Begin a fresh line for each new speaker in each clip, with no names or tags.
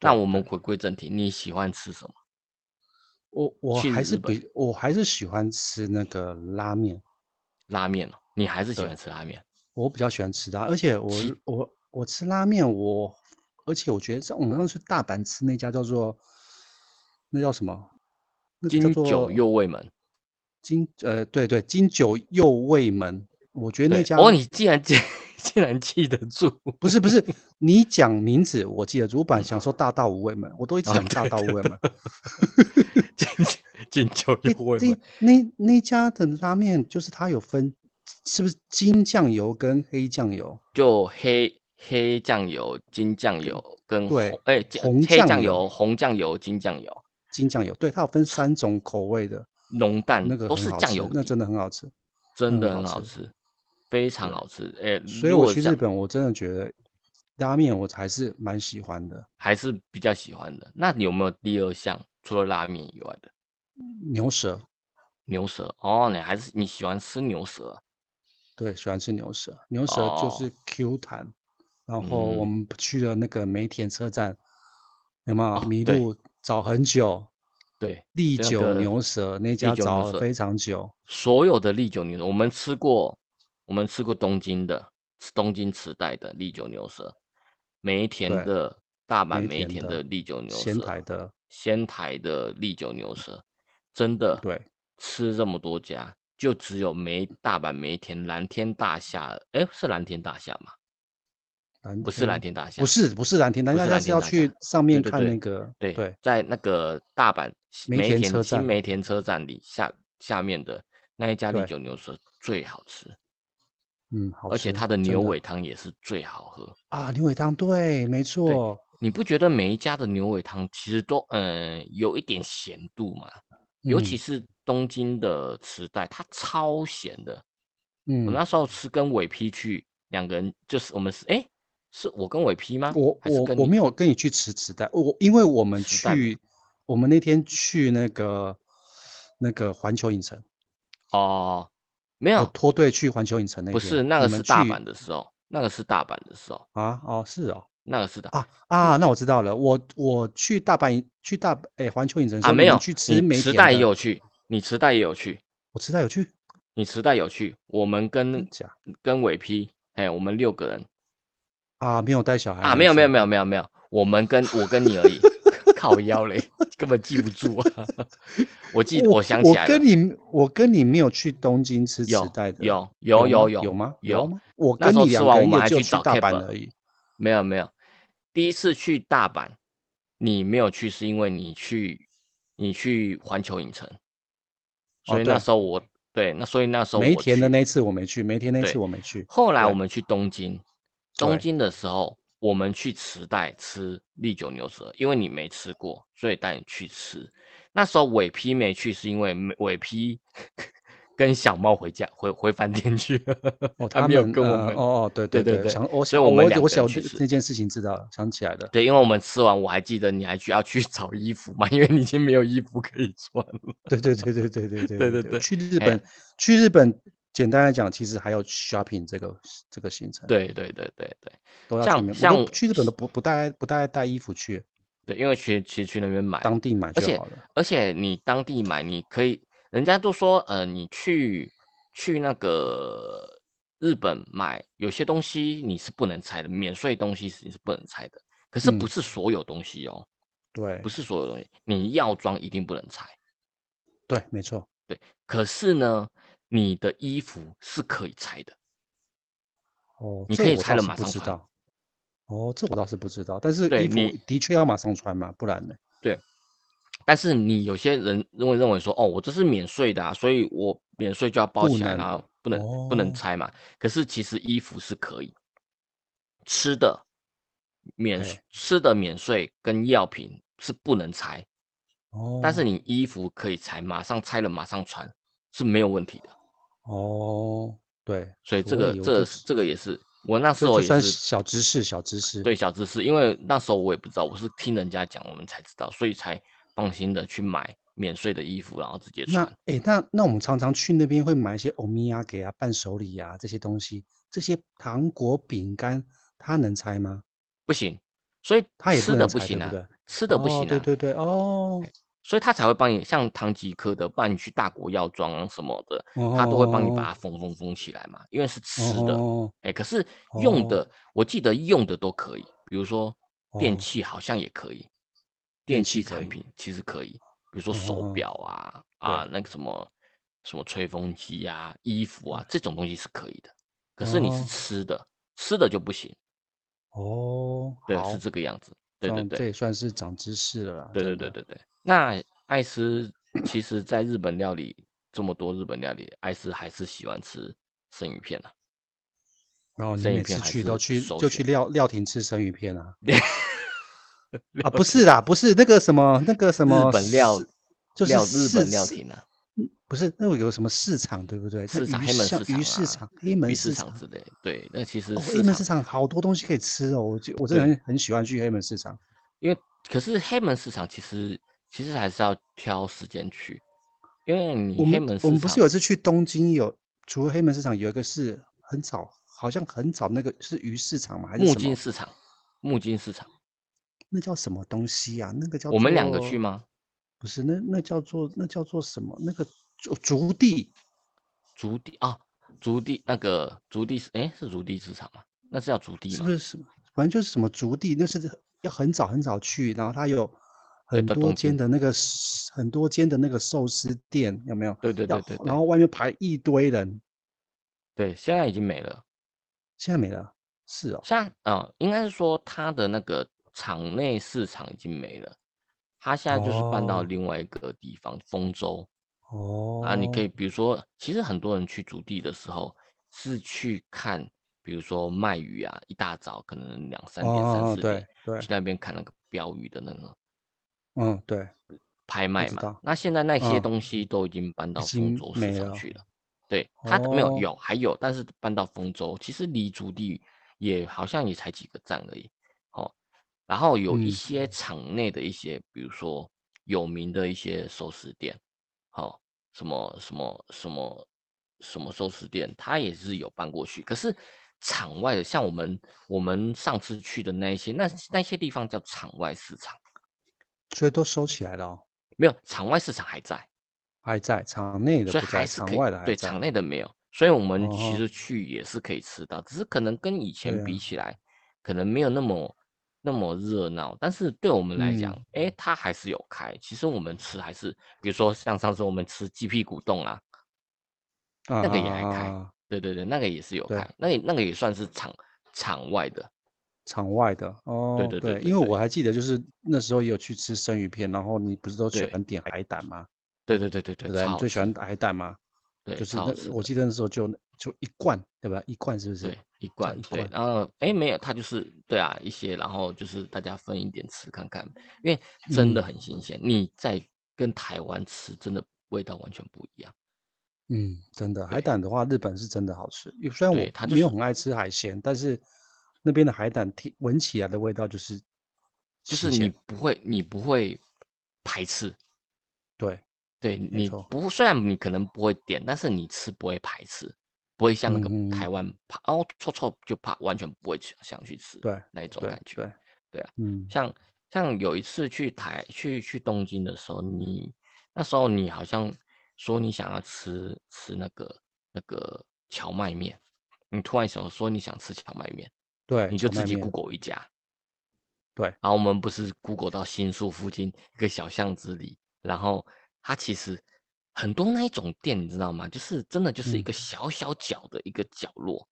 那
对
我们
对
回归正题，你喜欢吃什么？
我我
去
还
日
是
本
比我还是喜欢吃那个拉面，
拉面哦，你还是喜
对
欢吃拉面？
我比较喜欢吃拉，而且我
其
我我吃拉面，我而且我觉得像我们上次去大阪吃那家叫做那叫什么？那个叫
金九
做
右卫门，
金呃对对金九右卫门，我觉得那
对，
家
哦，你竟然记， 竟然记得住，
不是不是你讲名字我记得住，主板
嗯，
想说大道无畏门，我都一直
啊，
讲大
对
道无
对
畏
对，
门。
金金九右
那
卫门，
那那那家的拉面就是它有分，是不是金酱油跟黑酱油？
就黑黑酱油、金酱
跟
油跟红，
嗯对，
哎、酱
红
黑
酱
酱
油、
油、红酱油、金酱油，
金酱油，对，它有分三种口味的，
浓淡
那个
都
很
是
好
酱
吃，
油
那
底，
真的很好吃，那
真
很
的
好
很好
吃。
吃，非常
对，
好吃。哎、
所以
如
我
果
去日
讲
本，我真的觉得拉面我还是蛮喜欢的，
还是比较喜欢的，那你有没有第二项除了拉面以外的
牛舌，
牛舌？哦，你还是你喜欢吃牛舌啊
对，喜欢吃牛舌，牛舌就
哦，
是 Q 弹。然后我
嗯，
们去了那个梅田车站，有没有
哦，
迷
对
路找很久？
对，
历
那
久
个
牛舌那
利
家
久牛
找了
舌。
非常久，
所有的利久牛舌，我们吃过，我们吃过东京的，吃东京池袋的利久牛舌，梅田
对，
的大阪
梅
梅
田
田的
的、
利久牛
仙
舌，
台的，
仙台的利久牛舌，真的
对，
吃这么多家，就只有梅大阪梅田蓝天大厦，哎，是蓝天大厦吗？
蓝
不是蓝
天，
天大
嗯
厦，
不是不是蓝天，大
不
家
是
家
蓝
是
天
要
大厦，
去上
对
面
对
看
对
那个，
对，
对，
在那个大阪西
梅
梅
田
田
车
新
站，
梅田车站里下下面的那一家利
对，
久牛舌最好吃，
嗯，好
而且
吃，
它的
真
牛
的
尾汤也是最好喝。
啊，牛尾汤，对，没
对，
错，
你不觉得每一家的牛尾汤其实都嗯、呃有一点咸度嘛？尤其
嗯
是东京的池袋，它超咸的。我
嗯，
那时候是跟伟 P 去，两个人就是我们是哎，是我跟伟 P 吗？
我
还是
我
跟
我
你
没有跟你去吃池袋，我因为我们
池袋的？
去，我们那天去那个那个环球影城，
哦，没
我
有，
脱队去环球影城那
不
天，
是那
你
个
们
是大
去
阪的时候，那个是大阪的时候，
啊？哦，是哦。
那个是的。
啊
你
啊，那我知道了。我我去大阪影去大诶、环球影城的时
啊，
候，你
没
们
有，
去吃
你
梅
池
田
袋也
的，
有去，你池袋也有去，
我吃到有去，
你池袋有去，我们跟
真假
跟伟 P，哎，我们六个人
啊？没有带小孩
啊，
那
没
一
有没有
次，
没有没有没有，我们跟我跟你而 已， 靠腰嘞，根本记不住啊。我记，
我
我想起
我
来
跟
了，
你我跟你没有去东京吃池
有
袋的，
有有
有
有有
吗？有吗？有
有，
吗？我
那
跟
时候
你
吃
两
完我
个人
们
也
还
只有
去
去
找
大
K
阪
本，
而已。
没有没有，第一次去大阪，你没有去是因为你去你去环球影城，
哦，
所以那
对，
时候我对那所以那时候
梅
我
田的
去，
那一次我没去，梅田那一次
对，
我没去。
后来我
对
们去东京，东
对，
京的时候我们去池袋吃利久牛舌，因为你没吃过，所以带你去吃。那时候尾批没去是因为没尾批 跟小猫回家回回饭店去了，
哦，
他
他
没有
们
跟我
呃，
们，
哦哦，对
对
对
对
对，
对，
想我
所
想
以
哦
我们
我
两
我
个人
想
去
这
吃。
这件事情知道了，想起来了。
对，因为我们吃完，我还记得你还去要去 找衣服嘛，因为你已经没有衣服可以穿了。
对对对对对对对
对
对
对
对，
对，
去日
哎，
本，去日本，简单来讲，其实还有 shopping 这个这个行程
对对对对对，
都要去
像
面，我
像
都去日本都不不带不带带衣服去，
对，因为去其实去那边买，
当地买
而
就
且
好了。
而且你当地买，你可以，人家都说，呃，你去去那个日本买，有些东西你是不能拆的，免税东西是你是不能拆的，可是不
嗯，
是所有东西哦，不
对
是所有东西，你药妆一定不能拆。
对，没错。
对，可是呢，你的衣服是可以拆的，
哦，
你
这
可以
我
拆
倒
了
是
马
不
上
知
穿。
道。哦，这我倒是不知道，但是
对
衣服
你，
的确要马上穿嘛，不然呢？
对，但是你有些人认为认为说，哦，我这是免税的啊，所以我免税就要包
不
起来，
能。
然后不能不能
哦，
拆嘛。可是其实衣服是可以吃的，免
对，
吃的免税跟药品是不能拆，但是
哦
你衣服可以拆，马上拆了马上穿是没有问题的。
哦，对，
所以这
所
个
以
这
我这
个是这个也是我那时
这
候
这
也
算
是
小知识，小知识。
对小知识，因为那时候我也不知道，我是听人家讲我们才知道，所以才放心的去买免税的衣服，然后直接
那
穿。
诶，那那我们常常去那边会买一些欧米亚给啊、伴手礼啊这些东西，这些糖果、饼干，它能拆吗？
不行，所以
它也
吃
能
的不
踩，对
行
不
啊，
对？
吃的不
哦
行啊，
对对对，哦，
所以他才会帮你，像唐吉诃德帮你去大国药妆啊什么的，他
他
都会帮你把它封封封起来嘛，因为是吃的。
哦
哎、可是用的，我记得用的都可以，比如说
哦
电器好像也可以，
电
电
器
器
可以
产品其实可以，比如说
哦
手
哦哦
表啊
对
啊那个什么什么吹风机啊、衣服啊这种东西是可以的，可是你是
哦
吃的，吃的就不行，
哦，
对，
好
是，这个样子，
这
对对
样
对
这。也算是长知识了啦，
对对
啊真
对
的
对对。那艾斯其实，在日本料理这么多日本料理，艾斯还是喜欢吃生鱼片啊。
然哦后你
生鱼
每
片
次
还
去都
是
去
首
就去
选
料料亭吃生鱼 片啊？啊，不是啦，不是那个什么那个什么
日本料
市，就是
料日本
市
料
市
亭啊，
不是那个有什么市场对不对？那
市场
鱼
黑门
像
市
鱼
场
市
啊
场、黑门
鱼
市
市
场
场，之类。对，那其实
哦，
市
黑门
场
市场好多东西可以吃哦，我就我真的
对
很很喜欢去黑门市场。
因为可是黑门市场其实其实还是要挑时间去，因为
我
你黑
们
门
我们
市场
不是有一次去东京有，除了黑门市场有一个是很早，好像很早那个是鱼市场吗？还是
木
什
金
么？
市场，木金市场，
那叫什么东西啊？那个叫
我们两个去
做
吗？
不是那那叫做那叫做什么？那个竹竹地
竹地啊，竹地那个竹地是哎是竹地市场吗？那是叫竹地
是
吗
不？是什么？反正就是什么竹地，那是要很早很早去，然后它有
对，
很
在
多
东
间
京。
的那个寿很多间的那个寿司店，有没有？
对对对
要
对
然
对
后外面排一堆人，
对，现在已经没了。
现在没了，是哦，
像呃，应该是说它的那个场内市场已经没了，它现在就是搬到
哦
另外一个地方，丰州啊。你可
哦
以比如说，其实很多人去竹地的时候是去看，比如说卖鱼啊，一大早可能两三点、三
哦，
四点
对对，
去那边看那个标鱼的那个
嗯对，
拍
我
卖
知
嘛。
道，
那现在那些
嗯，
东西都已经搬
已
到丰
经
州市
没
场
了，
去了。对，它没有
哦
有还有，但是搬到丰州，其实离竹地也好像也才几个站而已。哦，然后有一
嗯
些场内的一些，比如说有名的一些寿司店，好、什么什么什么什么寿司店，它也是有搬过去。可是场外的，像我们我们上次去的那一些，那那些地方叫场外市场，
所以都收起来了哦，
没有场外市场还在。
还在场内的
所以
不
还
在，
是
场
可以，
外的还
对，
在，
场内的没有，所以我们其
哦，
实去也是可以吃到，只是可能跟以前
对
比
啊，
起来，可能没有那么那么热闹，但是对我们来讲，
嗯
诶，它还是有开。其实我们吃还是，比如说像上次我们吃鸡屁股冻啊，
啊
那
啊
个也
啊
还开，
啊，啊
对对对，那个也是有
对。
开，那也那个也算是场场外的，
场外的
对
哦，
对对
对，
对
因为
对
我还记得，就是那时候也有去吃生鱼片，然后你不是都喜
对
欢点海胆吗？
对对对对
对
对，
不对？
超
你
好
最喜
吃，
欢海胆吗？
对，
就是
超
那
好吃
我
的。
记得那时候就就一罐，对吧？一罐是不是
对，一
叫
罐，
一
对，
罐？
然后哎，诶没有，它就是对啊，一些，然后就是大家分一点吃看看，因为真的
嗯
很新鲜，你在跟台湾吃，真的味道完全不一样。
嗯，真的，海
对
胆的话，日本是真的好吃。因为虽然
对，
我
它就
没有
是
很爱吃海鲜，但是那边的海胆听闻起来的味道就是
就是
新
你
鲜，
不会你不会排斥，
对，
对
没
你
错，
不虽然你可能不会点，但是你吃不会排斥，不会像那
嗯
个
嗯，
台
嗯
湾怕哦臭臭就怕，完全不会去想去吃
对
那一种
对
感觉。
对，
对啊，
嗯
像像有一次去台去去东京的时候，你那时候你好像说你想要吃吃那个那个荞麦面，你突然想说你想吃荞麦面，
对，
你就
荞
自
麦
己
面，
Google 一家，
对，
然后我们不是 Google 到新宿附近一个小巷子里，然后它其实很多那一种店，你知道吗？就是真的就是一
嗯
个小小角的一个角落，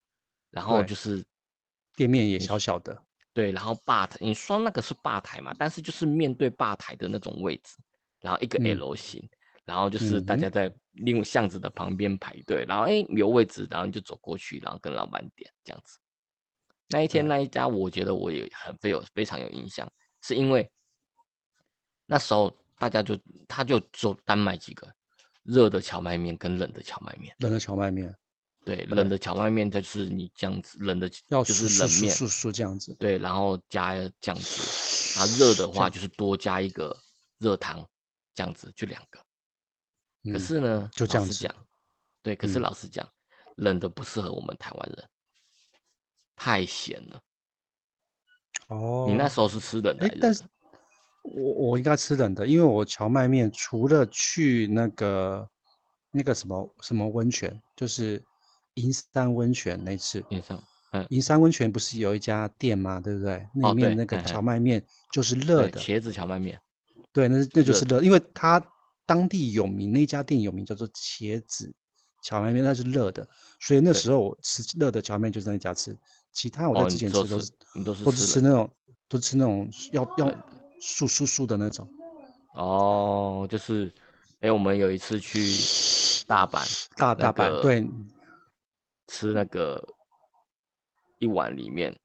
然后
对，
就是
店面也
你
小小的，
对，然后吧台，你说那个是吧台嘛，但是就是面对吧台的那种位置，然后一个
嗯
L 型，然后就是
嗯
大家
哼。
在另巷子的旁边排队，然后哎有位置，然后你就走过去，然后跟老板点这样子。那一天
对，
那一家，我觉得我也很非有非常有印象，是因为那时候大家就他就只有单卖几个热的荞麦面跟冷的荞麦面，
冷的荞麦面，
对，冷
对，
的荞麦面就是你这样子冷的
要
就是
熟熟
冷
熟
面。
熟熟这样子，
对，然后加酱汁，啊，热的
这
话
样，
就是多加一个热汤，这样子就两个。可
嗯，
是呢，
就这
老
样
实
子，
讲，对，可是
嗯，
老实讲，冷的不适合我们台湾人，太咸了。
哦，
你那时候是吃冷的
哎
还，
但
是
是我我应该吃冷的，因为我荞麦面除了去那个那个什么什么温泉，就是银山温泉那次，
冰上
银山温泉不是有一家店吗？对不对？那
哦
里面
对
那个
嘿嘿
荞麦面就是热
对
的，
茄子荞麦面，
对，那是那就
热
是热，因为它当地有名，那家店有名叫做茄子荞麦面，那是热的，所以那
对
时候我吃热的荞麦面就在那家吃，其他我
哦，
在之
你
前
都
吃都
吃
是
你都是
都是
吃
吃
冷的
那种都吃那种要要素素素的那种
哦，就是哎，我们有一次去大阪
大
那
大阪，
个
对，
吃那个一碗里面，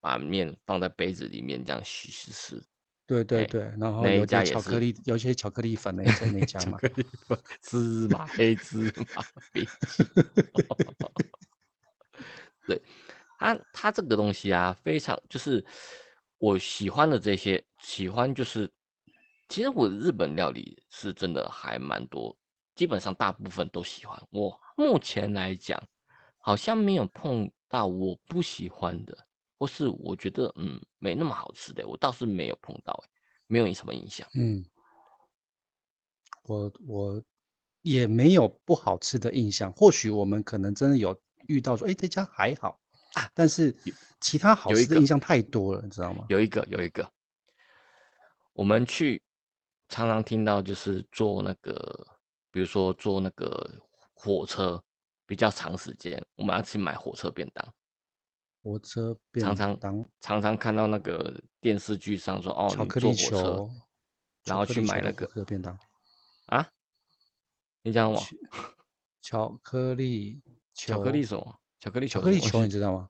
把面放在杯子里面这样吸吸吃，
对对
哎
对，然后
那一
有
家
点
也
巧克
是
力，有一些巧克力粉那在那家
巧
嘛，
克力粉、芝麻黑芝麻饼。对，它它这个东西啊，非常就是我喜欢的这些，喜欢就是，其实我日本料理是真的还蛮多，基本上大部分都喜欢。我目前来讲，好像没有碰到我不喜欢的，或是我觉得嗯没那么好吃的，我倒是没有碰到、欸，没有什么影响。
嗯，我我也没有不好吃的印象，或许我们可能真的有遇到说，哎，这家还好
啊，
但是其他好
有一
吃的
个
印象太多了，你知道吗？
有一个有一个，我们去常常听到就是坐那个，比如说坐那个火车比较长时间，我们要去买火车便当，
火车便
常常
当、
常常看到那个电视剧上说哦，
巧
你
克
坐
力
火车
球，
然
巧
后
克
去
力
买
球
那
的火
个
车便当，
啊，你讲什么？
巧克力球，
巧克力什么？巧克力
巧
球
克
什
力
么
球，
东
你
西？
知道吗？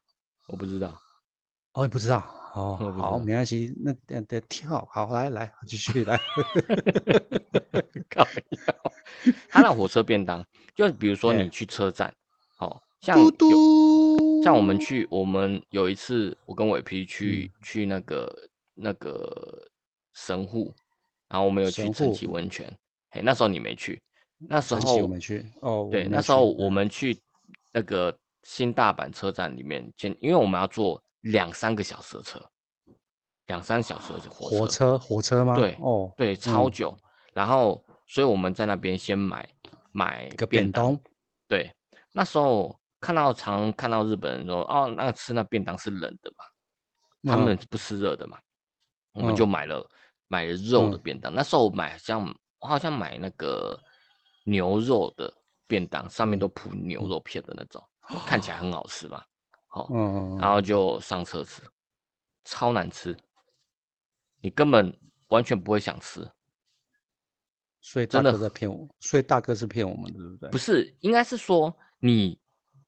我不知 道。
哦，你不知道哦
我，不知
好，
道
没关系，那等等跳，好，来来，继续来，
靠腰，他那火车便当，就比如说
哎
你去车站，好、 像
嘟
有
嘟，
像我们去，我们有一次我跟伟皮去、
嗯
去那个那个神户，然后我们有去
神
神
户
崎温泉，哎，那时候你没去，那时
神奇我
候
没去哦，我
对，
们
那
要
时候
去
我
嗯
们去那个新大阪车站里面，先因为我们要坐两三个小时的车，两三小时的火车，
啊火车火车吗？
对
哦，
对，超
嗯
久。然后，所以我们在那边先买买
一个
便
便
当。
当，
对，那时候看到常看到日本人说，哦，那吃那便当是冷的嘛，他
嗯
们不吃热的嘛，我们就买了买了肉的
嗯
便当。那时候我买好像我好像买那个牛肉的便当，上面
嗯
都铺牛
嗯
肉片的那种，看起来很好吃嘛。好、
嗯，
然后就上车吃，超难吃，你根本完全不会想吃。
所以大
真的
哥在骗我，所以大哥是骗我们的，对不对？
不是，应该是说你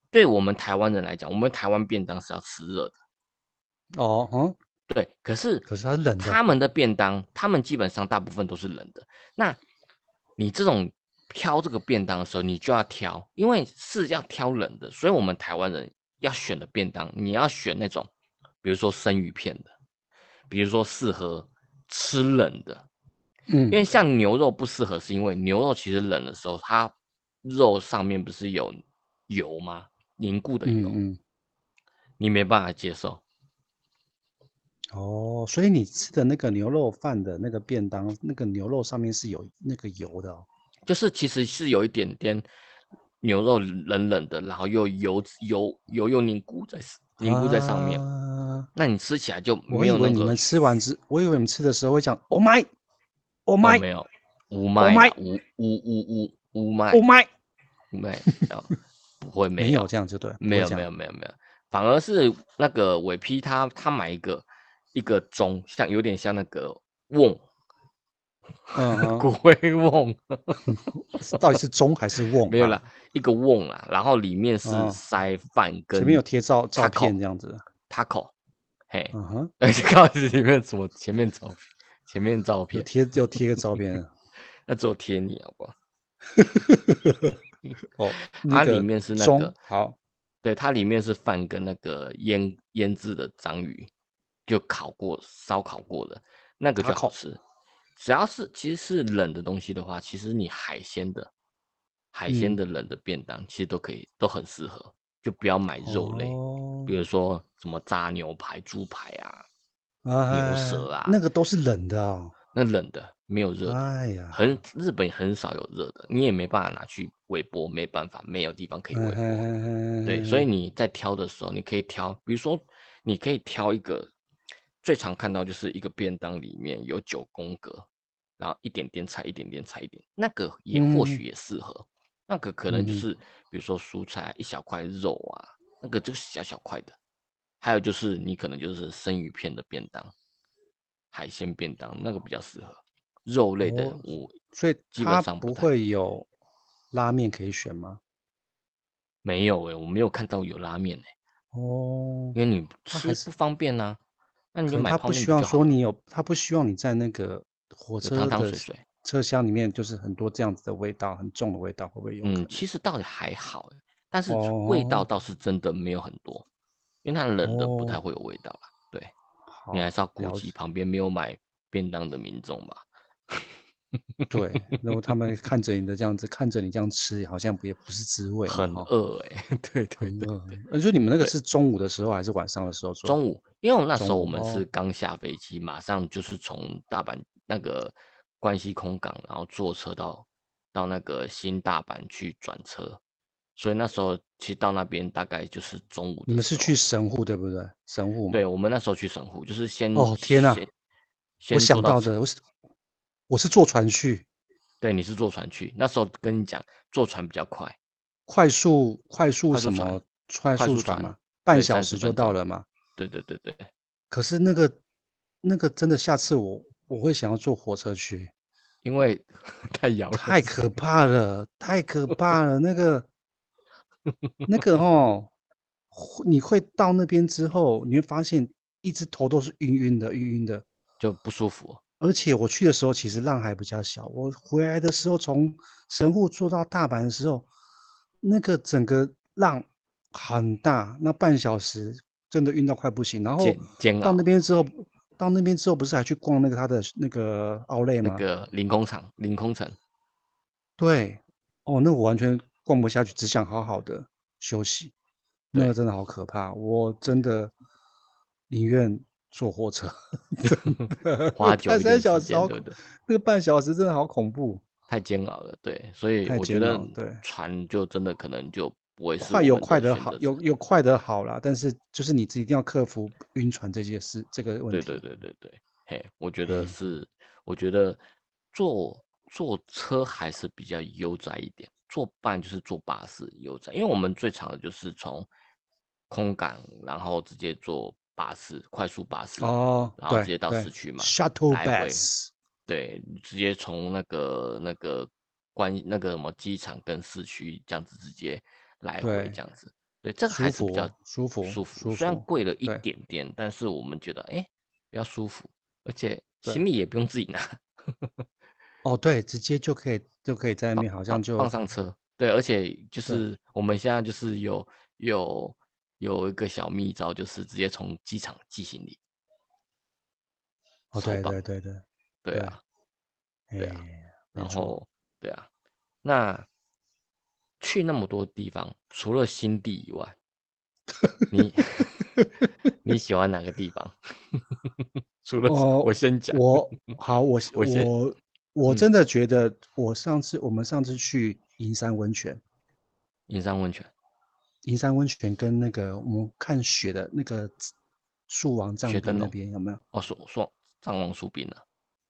对我们台湾人来讲，我们台湾便当是要吃热的，
哦，嗯，
对。可是
可是他冷的
他们的便当，他们基本上大部分都是冷的。那你这种挑这个便当的时候，你就要挑，因为是要挑冷的，所以我们台湾人要选的便当，你要选那种，比如说生鱼片的，比如说适合吃冷的，
嗯
因为像牛肉不适合，是因为牛肉其实冷的时候，它肉上面不是有油吗？凝固的油，
嗯嗯，
你没办法接受。
哦，所以你吃的那个牛肉饭的那个便当，那个牛肉上面是有那个油的哦，
就是其实是有一点点牛肉冷冷的，然后又油油油又凝固在凝固在上面，
啊
那你吃起来就
我
没
以
有那
为你
个
们吃完之，我以为你们吃的时候会讲 “Oh my, Oh
哦
my,
没有
哦
无麦啦
my
无无无无无麦
Oh my”，
无麦，哦不会没
没
有
有这样就对，不
没
会
有
这
没
样
有没有没有，反而是那个尾批他他买一个一个钟，像有点像那个瓮
嗯哼，
骨灰瓮，
是到底是中 还是啊瓮？
没有啦，，一个瓮啦，然后里面是
哦
塞饭跟
前面有贴照照
taco
片这样子，
taco，嘿，
嗯哼，
而且告诉里面什么前面照前面照
有
片，
贴有贴个 照片
那只有贴你好不好？
哦，
它
那
里
个
面是那
中
个
好，
对，它里面是饭跟那个腌腌制的章鱼，就烤过、烧烤过的那个
塔
就好
口
吃。只要是其实是冷的东西的话，其实你海鲜的、海鲜
嗯
的冷的便当其实都可以，都很适合，就不要买肉类，
哦
比，如说什么炸牛排、猪排啊，
哎
舌啊
那个都是冷的哦。
那冷的没有热的，
哎呀，
很日本很少有热的，你也没办法拿去微波，没办法，没有地方可
哎
以微波。对，所
嗯
以你在挑的时候，你可以挑，比如说，你可以挑一个最常看到就是一个便当里面有九宫格，然后一点点菜，一点点菜，一点，那个也或许也适合，那个可能就
嗯
是比如说蔬菜一小块肉啊，那个就是小小块的，还有就是你可能就是生鱼片的便当，海鲜便当那个比较适合，肉类的
哦
我
所以
基本
它
上不
不
太
会有拉面可以选吗？
没有诶、我没有看到有拉面诶、
哦，
因为你
它
吃
还是
不方便呐、那你
可
就
能
买
他
泡
不
面
希
不就
望
好
说
了？
你有，他不希望你在那个火
有汤
车
汤
的
水水，
车厢里面，就是很多这样子的味道，很重的味道，会不会有可
嗯，
能？
其实倒也还好欸，但是味道
哦
倒是真的没有很多，因为它冷的不太
哦，
会有味道啦。对，你还
好，
是要顾
了
及
解。
旁边没有买便当的民众吧。
对，然后他们看着你的这样子，看着你这样吃，好像不也不是滋味嘛，
很
哈、
饿哎、 对 对
哦很
对
饿。
对
呃，就你们那个
对，
是中午的时候还是晚上的时候做？
中午，因为我那时
中
候我
午
们是
哦，
刚下飞机，马上就是从大阪那个关西空港，然后坐车到到那个新大阪去转车，所以那时候其实到那边大概就是中午
你
的
们
时
是去
候。
神户对不对？神户嘛。
对，我们那时候去神户，就是先
哦，天呐，
先先坐
我想
到
到
车，
的，我是我是坐船去，
对，你是坐船去，那时候跟你讲坐船比较快，
快速快速
快速
什
船，
么快
快
速
速
船
船，
嘛，半
对，
小
三十
时就
分
到
钟，
了嘛。
对对对对，
可是那个那个真的，下次我我会想要坐火车去，
因为 太遥远
太
了，
可怕了，太可怕了。那个那个哦，会你会到那边之后，你会发现一直头都是晕晕的，晕晕的。
就不舒服。
而且我去的时候其实浪还比较小，我回来的时候从神户坐到大阪的时候，那个整个浪很大，那半小时真的晕到快不行。然后
煎煎
到那
熬，
边之后，到那边之后不是还去逛那个他的那个奥莱
那
吗？
个凌空场、凌空 城，
对，哦，那我完全逛不下去，只想好好的休息。那个
对，
真的好可怕，我真的宁愿坐火车，真的，那
花久
半
一
三
点
小
时
时哦
间，
好
对
恐，
不对？
那个半小时真的好恐怖，
太煎熬了，对，所以
太
我觉
煎
得
熬。对，
船就真的可能就不会是
快
我
有
们
快
的
的
选
好，
择之
有
一。
有快的好啦，但是就是你自己一定要克服晕船这件事这个问
对对
题。
对对对，嘿，我觉得
哎，
是，我觉得坐坐车还是比较悠哉一点，坐伴就是坐巴士悠哉，因为我们最常的就是从空港，然后直接坐巴士，快速巴士，
哦，
然后直
对
接到市
对
区嘛，
，shuttle
来回，
bus，
对，直接从那个那个关那个什么机场跟市区这样子直接来回
对，
这样子。对，这个还
舒
是比较
服舒服
舒服，
舒
虽然
服，
贵了一
对
点点，但是我们觉得哎比较舒服，而且
对。
行李也不用自己拿，
哦，对，直接就可以就可以在那
放
边，好像
放放
就
上车。对，而且就
对
是我们现在就是有有有一个小秘招，就是直接从机场寄行李，超
哦，对
棒。
对对对
对
对，
啊，对啊，
哎，没
然
错，
后对啊，那去那么多地方，除了新地以外，你 你喜欢哪个地方？ 除了
哦，
我先讲，
我好，我是
我先，
我我
嗯，
真的觉得，我上次我们上次去银山温泉，
银山温泉、
银山温泉跟那个我们看雪的那个树王藏
雪
滨
灯
那
笼，
边有没有？
哦，说说藏王树冰啊，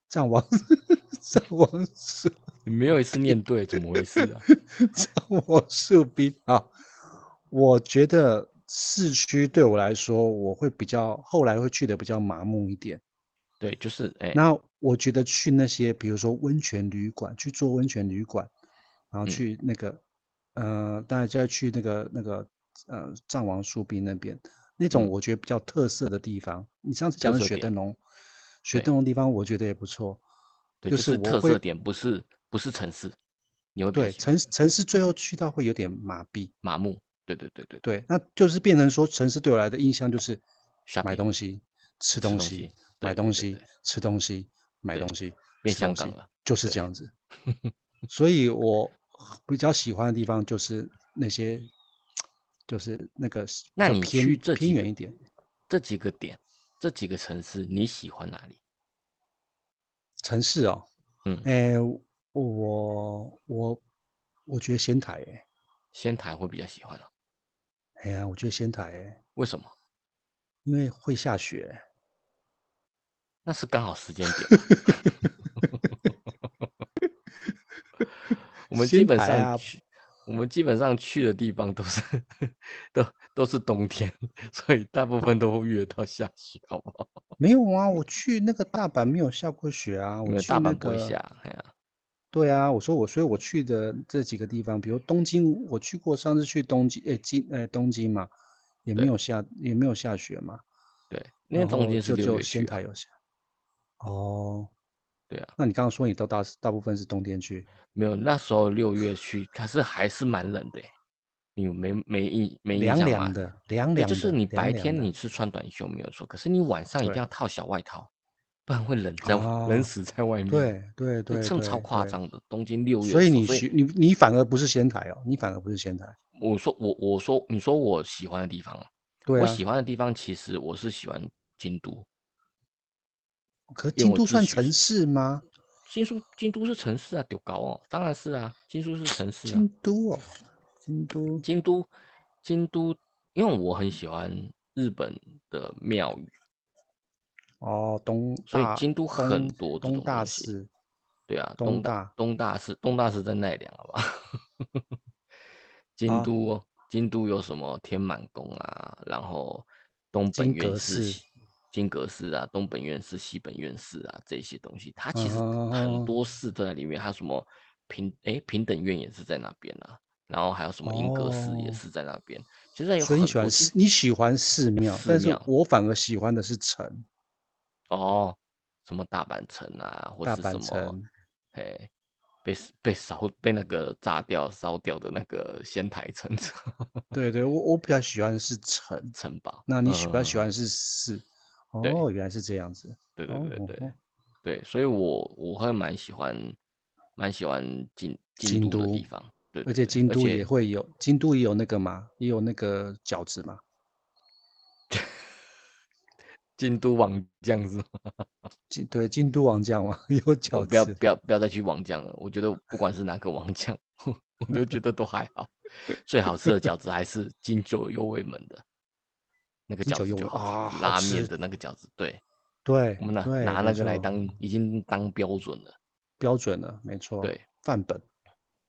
藏王 藏王树
你没有一次念对，怎么回事啊？
藏王树冰啊，我觉得市区对我来说，我会比较后来会去的比较麻木一点。
对， 就是哎，
那我觉得去那些，比如说温泉旅馆，去做温泉旅馆，然后
嗯，
去那个，呃，当然就要去那个那个，呃，藏王树冰那边那种，
嗯，
我觉得比较特色的地方。你上次
特
讲的
色
雪
点，
灯笼，雪
对
灯笼地方我觉得也不错，
对，
就
就是是
我
特色
会
点，不是不是城市，你会比较
对
喜欢
城市城市最后去到会有点麻痹，
麻木，对对对对对
对，那就是变成说城市对我来的印象就是买
，shopping
东西、吃
吃
东
东
西、
西，
买
对
东
对对
西、
对
吃东西、买
对，
东西、
变
吃
香
东
港
西，
了，
就是这
对，
样子。所以我比较喜欢的地方就是那些，就是那个是比
那
较
你
偏
去这
偏
几个
远一点。
这几个点，这几个城市你喜欢哪里？
城市哦，
嗯
哎、我我我觉得仙台、欸，
仙台会比较喜欢啊？
哎呀，我觉得仙台、欸，
为什么？
因为会下雪，
那是刚好时间点吧。我们基
仙
本
台
上
啊
去，我们基本上去的地方都是都都是冬天，所以大部分都会遇得到下雪，好不好？
没有啊，我去那个大阪没有下过雪啊，
因
我
为
去
大
那
阪不会
个，
下，哎呀、
对啊，我说我，所以我去的这几个地方，比如东京，我去过，上次去东京，哎，京，哎，东京嘛，也没
对
有下，也没有下雪嘛，
对，因为
然
东
后
京是
就只
六
有
月去
仙
啊、
台有下。哦，
对啊，
那你刚刚说你都大大部分是冬天去，
没有那时候六月去，可是还是蛮冷的欸、你没没印没印
凉
象吗
凉？的，凉
对，
凉
就
的，
是你白
凉凉
天
的
你是穿短袖没有错，可是你晚上一定
对
要套小外套，不然会冷在、冷
哦
死在外面。
对
对，
对对
这
对
超夸
对
张的。东京六月的时候，
所以你
所
去你你反而不是仙台哦，你反而不是仙台，
我说我我说你说我喜欢的地方啊，
对
我
啊，
喜欢的地方其实我是喜欢京都，
可
因为
京
我
都
自
算
诩是
城市吗？
京都京都是城市啊，丢高哦，当然是啊，京都是城市啊，
京都哦，京都
京都京都，因为我很喜欢日本的庙宇，
哦，东
所以
大
京都很
东
多这
东
种
大
东西
寺，
对啊，
东
东
大
东大寺东大寺在奈良，好吧？ 京
啊
都哦，京都有什么天满宫啊，然后东本
金
院
阁
寺、
寺
西金阁寺啊，东本院寺、西本院寺啊，这些东西，它
啊
其实很
哈，
多寺都在里面。还有什么平诶平等院也是在那边啊，然后还有什么银阁寺也
哦
是在那边，其实有
所以
很
你喜
多
欢
其
寺
实
你喜欢寺庙，
寺
但是
庙
我反而喜欢的是城，
哦，什么大阪城啊，或
大
是
阪
什么
城，
诶被被烧被那个炸掉烧掉的那个仙台城
对对，我我比较喜欢的是城，
城堡，
那你
嗯
喜
嗯
欢
嗯
喜欢的是寺，
对
哦，原来是这样子，
嗯对对
哦
对
哦
对
哦，
对，所以我我会蛮喜欢蛮喜欢京京
京
都的地
都
方，对
而
对对，
且京
而
都也
且
会有，京都也有那个嘛，也有那个饺子嘛，
京都王将 是吗？
京对京都王将嘛， 也有
我
饺
不要
子，
不要不要再去王将了，我觉得不管是哪个王将，我都觉得都还好，最好吃的饺子还是金九右卫门的那个
金
饺
九
子
又
就好吃，
啊，好
拉面
吃，
的那个饺子，对
对
我们拿
对，
拿
没
那个来
错，
当已经当标准了，
标准了，没错，
对
范本，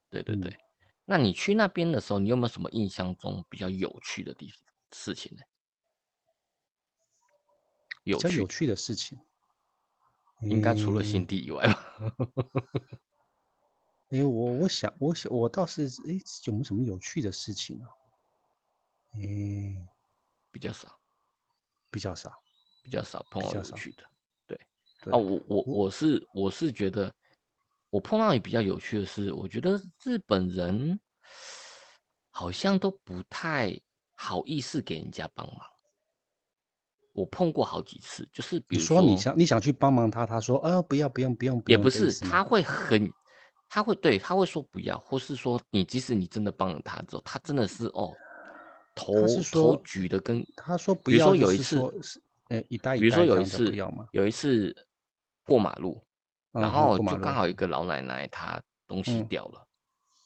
对对
嗯，
对。那你去那边的时候，你有没有什么印象中比较有趣的地事情呢？
比
有
较有
趣，
趣的事情，
应该除了
嗯，
新地以外吧。
诶，我我想我想我倒是诶，有没有什么有趣的事情啊？诶，
比较少，
比较少，
比较少碰
比
到
较
有
少，
趣的。对，啊，
对，
我我
我
我是我是觉得，我碰到也比较有趣的是，我觉得日本人好像都不太好意思给人家帮忙。我碰过好几次，就是比
你
如
说你
说，
想你想去帮忙他，他说啊不要不用不用不
也
用
不
这意
是，
思吗？
他会很，他会对，他会说不要，或是说你即使你真的帮了他之后，他真的是哦，
他是
头头
说，
举的跟，
他说不
比如
要，
说
就
有一
是
次，
说是，呃，一袋一
比如说
袋这
有一
样的不
次，
要嘛。
有一次过马路，然
嗯哼，
后
过
就
马
刚
路，
好一个老奶奶她东西
嗯，
掉了，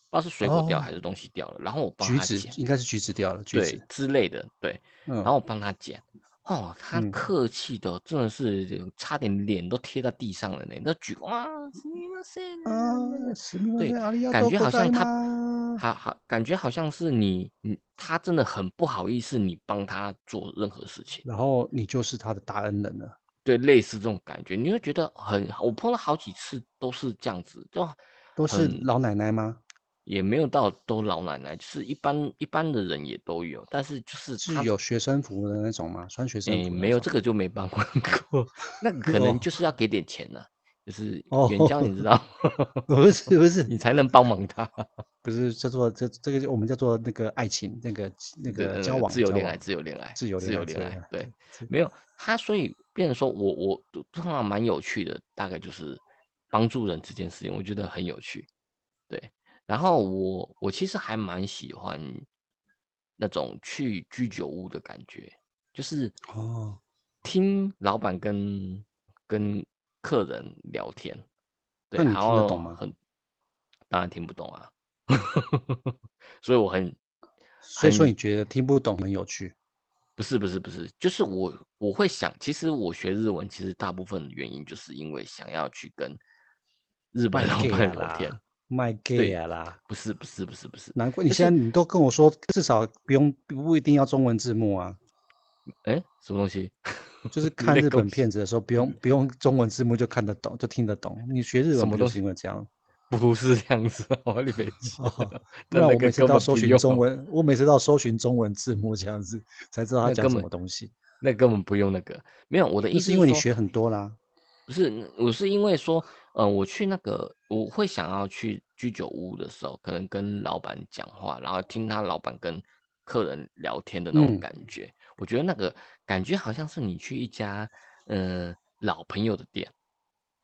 不知道是水果掉还
哦，
是东西掉了，然后我帮
橘
她
子
捡，
应该是橘子掉了，橘
对
子，
之类的，对，然
嗯
后我帮她捡，哦，她
嗯，
客气的真的是差点脸都贴到地上了呢，那举哇，すみません
啊，すみませ
对，
ん、ありが
感
とう
觉
ご
好
ざ
像
い
他，
ます。
好好，感觉好像是你，你他真的很不好意思，你帮他做任何事情，
然后你就是他的大恩人了。
对，类似这种感觉，你会觉得很，我碰到好几次都是这样子，就
都是
很，
老奶奶吗？
也没有到都老奶奶，就是一般一般的人也都有，但是就是
是
他，
有学生服的那种吗？穿学生
诶，
服那
没有
种？
这个就没帮忙过，那个可能
哦
就是要给点钱了、就是援交，你知
哦，
道吗，
不是不是
你才能帮忙他。
不是，叫做这这个就我们叫做那个爱情，那个那
对，
个交
呃，自
往
由
交
恋爱，
往，
自由恋爱，
自由
自
恋
由
爱
恋
自由恋
爱，
爱，
对，
对， 自
没有他，所以变成说我我都通常蛮有趣的，大概就是帮助人这件事情，我觉得很有趣，对。然后我我其实还蛮喜欢那种去居酒屋的感觉，就是
哦。
听老板跟跟客人聊天，对，
那你
然
听得
后
懂吗
很当然听不懂啊， 所以我很
所以说你觉得听不懂很有趣，
不是不是不是，就是我我会想，其实我学日文，其实大部分原因就是因为想要去跟日本
卖
老
gay
板
啊
聊天
啦，，卖 gay 啊啦。
不是不是不是不是，
难怪你
就是
现在你都跟我说，至少不用不一定要中文字幕啊，
哎，什么东西？
就是
你
看
在
日
跟我
本片子的时候，不用不用中文字幕就看得懂，就听得懂。你学日
什
文
么
不就
东
是因为 这样？
不是这样子啊，我你别急啊，
哦不
那
然
那
我
个
每次
根
都要
本
搜
不
寻
用
中文，我每次都要搜寻中文字幕这样子，才知道他
那
讲
根
什
本
么东西。
那根本不用那个，没有我的意
那
思
是因为你
说
学很多啦，
不是，我是因为说，呃，我去那个，我会想要去居酒屋的时候，可能跟老板讲话，然后听他老板跟客人聊天的那种
嗯
感觉。我觉得那个感觉好像是你去一家，呃，老朋友的店，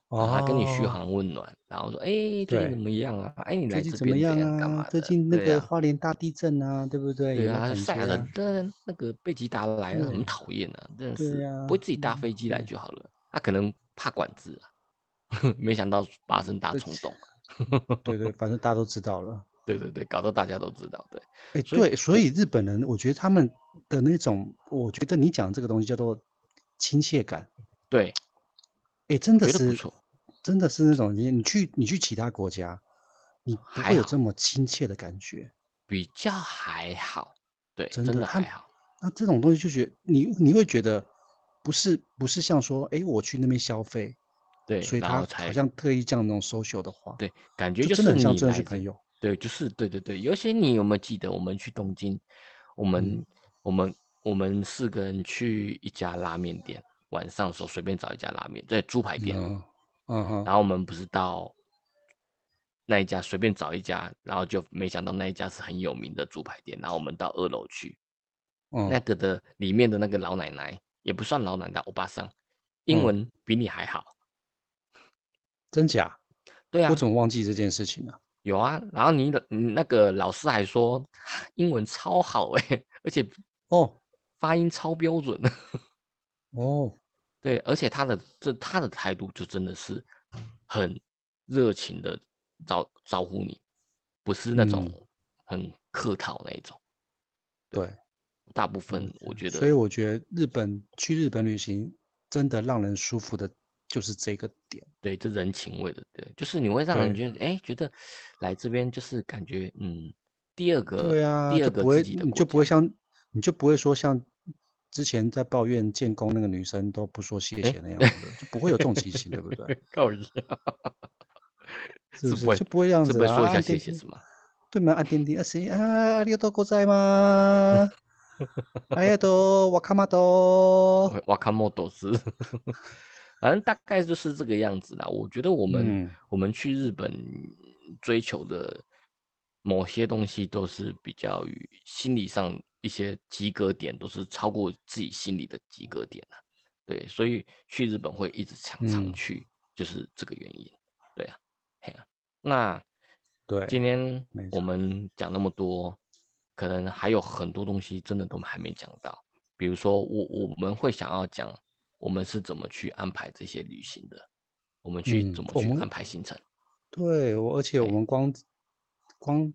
然啊后他跟你嘘
哦，
寒问暖，然后说，哎，最近
对
怎么样啊？哎，你
最
来
近
这
怎么
边怎
样
样干
啊？
嘛
最
的？
近那
对
个
啊，
花莲大地震啊，对不对？
对
有没有
啊，
感
塞
觉
尔
啊？
的那个贝吉达来了，很
对
讨厌啊，真的
对
是
呀、
不会自己搭
嗯，
飞机来
对
就好了。他可能怕管制啊， 没想到发生大
对
冲动。啊
对对，反正大家都知道了。
对对对，搞到大家都知道，对，
哎，
所以
对，所
我
以日本人，我觉得他们的那种，我觉得你讲这个东西叫做亲切感，
对
哎，真的
觉得不
是，
错，
真的是那种你你去你去其他国家，你不
还
会有
好，
这么亲切的感觉，
比较还好，对，
真
真
的。
的
他
还好，
那这种东西就觉得你你会觉得不是不是像说，哎，我去那边消费，
对，
所以
然
他
后
好
才
像特意讲那种 social 的话，
对，感觉就
就真的
是
很像
你
真的是
来这，
朋友。
对，就是对对对，尤其你有没有记得我们去东京，我
嗯，
们我们我们四个人去一家拉面店，晚上的时候随便找一家拉面，对，猪排店，
嗯嗯哼，
然后我们不是到那一家随便找一家，然后就没想到那一家是很有名的猪排店，然后我们到二楼去。那
嗯
个的里面的那个老奶奶，也不算老奶奶，欧巴桑，英
嗯，
文比你还好。
真假？
对
我
啊，
怎么忘记这件事情了？
有啊。然后你的你那个老师还说英文超好哎、 而且
哦
发音超标准。
哦。
对，而且他的这他的态度就真的是很热情的招招呼你，不是那种
嗯，
很客套那一种。对，
对，
大部
我
分我觉
所以
得
我觉得日本去日本旅行真的让人舒服的，就是这个点。
对，这人情味的，对，就是你会让人觉
对
得，哎，觉得来这边就是感觉，嗯，第二个
对啊，
第二
就
个
不
自
会
己的
你
国
就不会
家，
像你就不会说像之前在抱怨建工那个女生都不说谢
哎，
谢那样子的，就不会有这种 情形，对不对？
告 一下，
是
是不
不是
会
就不会这样
是不
子
会
啊？
说一下
按
谢
点
谢
点，
是吗？
对嘛？按点点啊谁啊？ありがとうござい ます。ありがとう、わかまど。
瓦卡莫多斯， 反正大概就是这个样子啦。我觉得我们
嗯，
我们去日本追求的某些东西都是比较于心理上一些及格点，都是超过自己心里的及格点啊。对，所以去日本会一直常常
嗯，
去，就是这个原因。对啊，嘿啊。那
对，
今天
没
我
错。
们讲那么多，可能还有很多东西真的都还没讲到。比如说我我们会想要讲我们是怎么去安排这些旅行的，我们去
嗯，
怎么
我
去
们
安排行程。
对，我而且我
哎，
们光光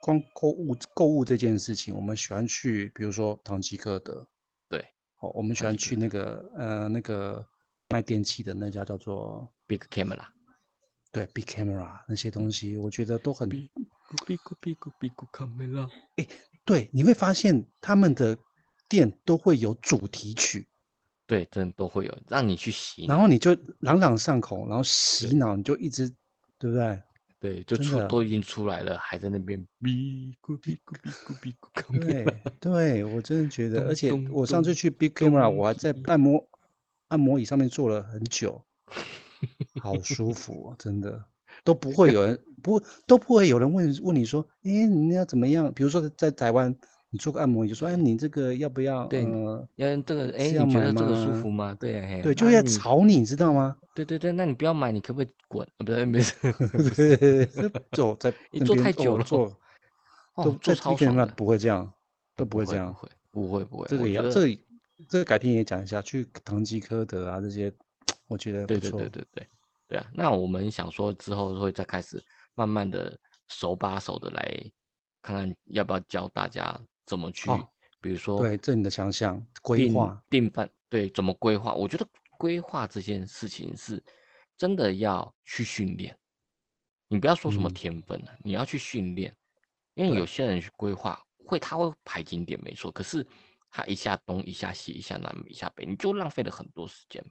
光购物购物这件事情，我们喜欢去，比如说唐吉诃德，
对，
哦，我们喜
唐吉诃
欢去
德
那个呃那个卖电器的那家叫做
，Big Camera，
对 Big Camera 那些
嗯
东西，我觉得都很
，Big Big Big Big Camera，
对，你会发现他们的店都会有主题曲，
对，真的都会有让你去洗
然
脑。
后你就朗朗上口，然后洗
对
脑，你就一直对不对？
对，就
真
出
的，啊
都已经出来了，还在那边 Big Big Big Big Camera，
对对，我真的觉得，而
咚
且
咚
我上次
咚
去 Big Camera，
咚
我还在
咚。
按摩按摩椅上面坐了很 久，好舒服哦，真的都不会有人不都不会有人问问你说，诶，你要怎么样？比如说在在台湾，你坐个按摩椅，就说，哎，你这个要不要？
对，
呃，
要这个，哎，
是
你
要
觉得
买
这个舒
吗？
服吗？对啊，嘿，
对，就
那
是要
你，
吵你，你知 道吗？
对对对，那你不要买，你可不可以滚？啊，不对，没 事，不是，
对对对，走在
你
那
坐
边
太久
哦，
了，
坐都
哦，
在
坐超爽
Big Camera
的，
不会这样，都不
不
会
会
这
不
样。
会不会不会，
这个
我
也
觉
要，
得
这个这个改天也讲一下，去唐吉诃德啊这些，我觉得
对
不
对
错。
对对对对啊！那我们想说之后会再开始慢慢的手把手的来看看要不要教大家怎么去，
哦
比如说
对这你的强项规
定
划，
定办对怎么规划。我觉得规划这件事情是真的要去训练，你不要说什么
嗯
天分了、你要去训练，因为
对
有些人去规划会他会排景点没错，可是他一下东一下西一下南一下北，你就浪费了很多时间嘛，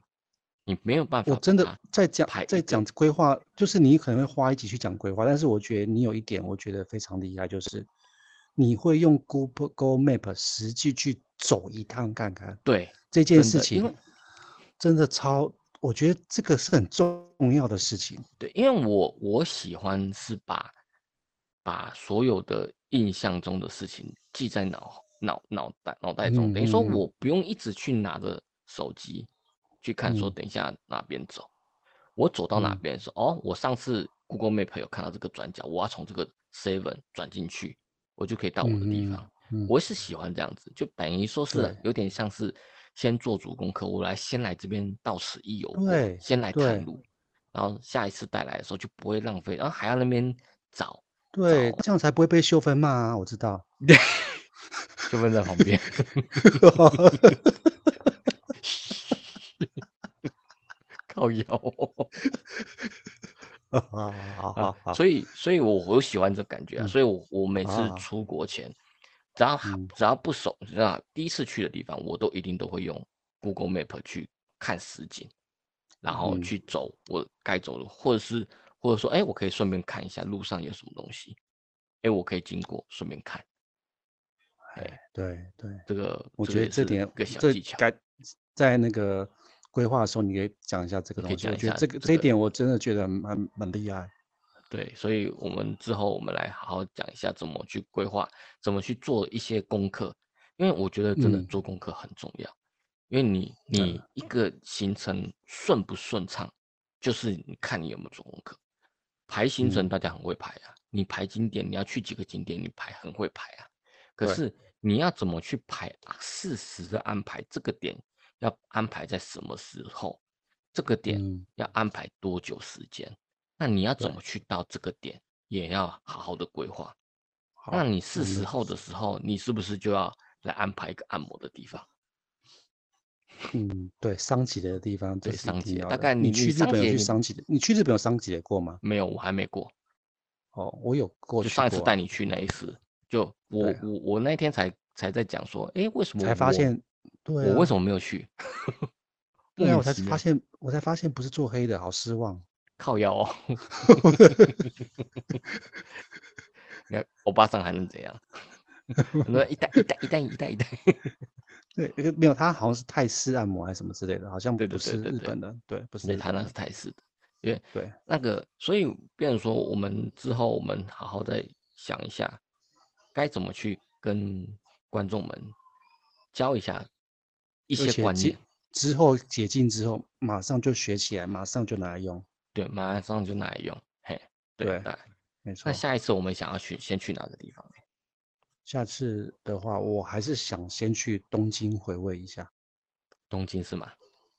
你没有办法
我
把
真的
它
在讲
排
在
一个
讲规划，就是你可能会花一集去讲规划，但是我觉得你有一点，我觉得非常厉害，就是你会用 Google Google Map 实际去走一趟看看
对
这件
真
事
的因为
情，真的超，我觉得这个是很重要的事情。
对，因为我我喜欢是把把所有的印象中的事情记在脑脑脑袋脑袋中，等于说
嗯嗯嗯
我不用一直去拿着手机去看，说
嗯
等一下哪边走，我走到哪
嗯
边说哦，我上次 Google Map 有看到这个转角，我要从这个 Seven 转进去，我就可以到我的地
嗯
方。
嗯嗯，
我是喜欢这样子，就等于说是
对
有点像是先做足功课，我来先来这边到此一游过，
对
先来探
对
路，然后下一次带来的时候就不会浪费，然后还要那边找，
对，这样才不会被秀芬骂啊！我知 道，
就问在旁边。 啊靠腰哦、
好好好
啊
好好，
所以所以我我喜欢这感觉啊，
嗯
所以我我每次
啊
出国前，只要
嗯
只要不熟，你知道第一次去的地方，我都一定都会用 Google Map 去看实景，然后
嗯
去走我该走的，或者是或者说，哎，我可以顺便看一下路上有什么东西，哎，我可以经过顺便看，
哎，对对，
这个
我
这
觉
个
得
也
这
是
点
一个小
这
技巧，
该在那个规划的时候，你可以讲一下这个
你可以
东西。我
讲一
觉得
下
这个
这
这一
个
点，我真的觉得蛮蛮厉害。
对，所以我们之后我们来好好讲一下怎么去规划，怎么去做一些功课，因为我觉得真的
嗯
做功课很重要，因为你你一个行程顺不顺畅，就是你看你有没有做功课。排行程
嗯
大家很会排啊，你排景点你要去几个景点，你排很会排啊。可
对
是你要怎么去排啊？适时的安排这个点要安排在什么时候，这个点
嗯，
要安排多久时间？那你要怎
对
么去到这个点，也要好好的规划。那
好，嗯
你
我
是
们
时候的时候，你是不是就要来安排一个按摩的地方？
嗯，对，桑吉的地方这
对，
是一
桑
定
杰，
要
大
的。
概你
你去日
桑
本有
杰
去
你
桑吉的？你去日本有桑吉的过吗？
没有，我还没过。
哦，我有过
就
去
上一次
过
带
啊，
你去那一次，就我
对啊，
我我那天才才在讲说，诶，为什么
才发
我
现，对
我为
啊，
什么没有去？ 莫
对啊，
名
我才
其
发
妙，
现，我才发现不是做黑的，好失望。
靠腰 哦，你看欧巴桑还能怎样？ 那一代一代一代一代一代，
对，呃没有，他好像是泰式按摩还是什么之类的，好像
对
不
对对
是
对
日
对。
本的，对，不是
对，
日
他
本
那
的，
是台式的，因为
嗯对，
那个，所以变成说，我们之后我们好好再想一下，该怎么去跟观众们教一下一些
而且
观
解
念，
之后解禁之后，马上就学起来，马上就拿来用，
对，马上就拿来用，嘿，对，
对，
对。
没
那
错。
下一次我们想要去先去哪个地方？
下次的话，我还是想先去东京回味一下，
东京是吗？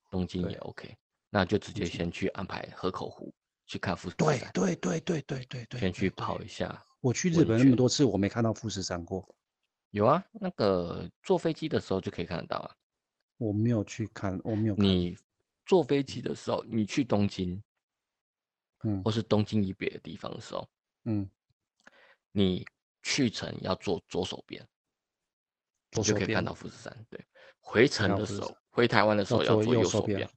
东京也
对，
OK，那就直
东
接
京，
先去安排河口湖去看富士
对，
山，
对，对，对，对，对，对，
先去
对，对。
泡一下
我去日
温
本那么
泉。
多次，我没看到富士山过，
有啊，那个坐飞机的时候就可以看得到啊。
我没有去看，我没有看，
你坐飞机的时候，你去东京
嗯
或是东京以北的地方的时候，
嗯，
你去程要坐左手边，你
左
就
手
可以看
边
到富士山。对，回
看
程
到
的
富
时
士山，
候，回台湾的时
要
候要
坐
坐
右
右
手
手
边，
边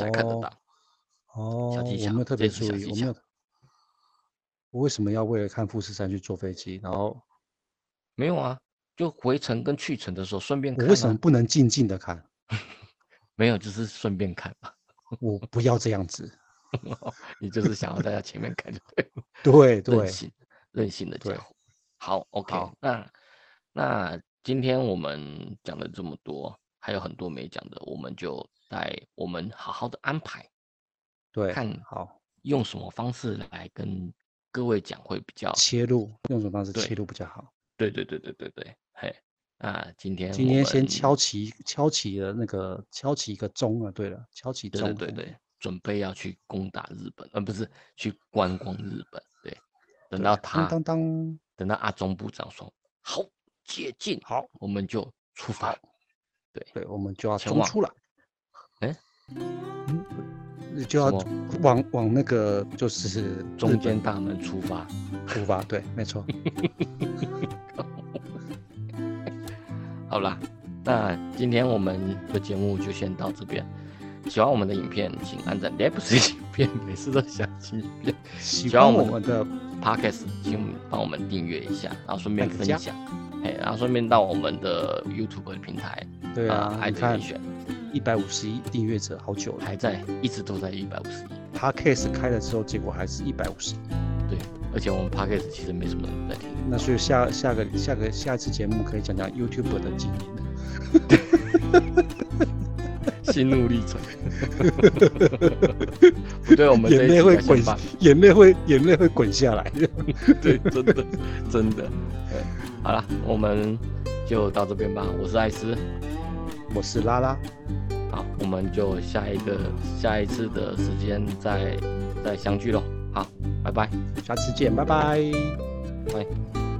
才看得
哦。
到。小
哦，
技
我没
巧，
有特
这
别
是小
注意，
技
我没
巧。
有，我为什么要为了看富士山去坐飞机？然后
没有啊，就回程跟去程的时候顺便
我为
看
什么
啊。
不能静静的看？
没有，就是顺便看嘛。
我不要这样子。
你就是想要在他前面看就对了。
对
任
对
性任性的家
对，
伙。好，OK，
好，
那那今天我们讲了这么多，还有很多没讲的，我们就在我们好好的安排，
对，
看
好，
用什么方式来跟各位讲会比较
切入用什么方式切
对。
入比较好？
对对对对对对，嘿，啊，今天
今
我
天先
们
敲起敲起了那个敲起一个钟啊，对了，敲起
对
钟
对
了，
对
嘿
对，准备要去攻打日本，呃，不是去观光日本。对，等
对
到
当
他，
当当
等到阿中部长说好解禁，
好，
我们就出发。
对，我们就要
前
冲
往
出来，
诶
嗯，就要
什
往往那个就是日
中
本
间大门出发，
出发，对，没错，
好啦，那今天我们的节目就先到这边。喜欢我们的影片，请按赞。也不是影片，每次都想起影片。
喜
只要
欢
我
我
们
们的
Podcast，请帮我们订阅一下，然后顺便
按个
分
加
享，哎，然后顺便到我们的 YouTube 的平台
对啊，
还
你
可
看
以选，
一百五十一订阅者，好久了
还在，一直都在一百五十一。
，Podcast 开了之后，结果还是一百五十一，
对，而且我们 Podcast 其实没什么人在听。
那所以下下个下个下一次节目可以讲讲 YouTube 的经验。
心路历 程。不对，我们这
眼
一集
泪
要
会
先
滚
把，
眼泪会眼泪会滚下来。
对，真的真的。对好了，我们就到这边吧。我是艾斯，
我是拉拉，
好，我们就下一个下一次的时间再再相聚喽。好，拜拜。
下次见，拜拜。
拜。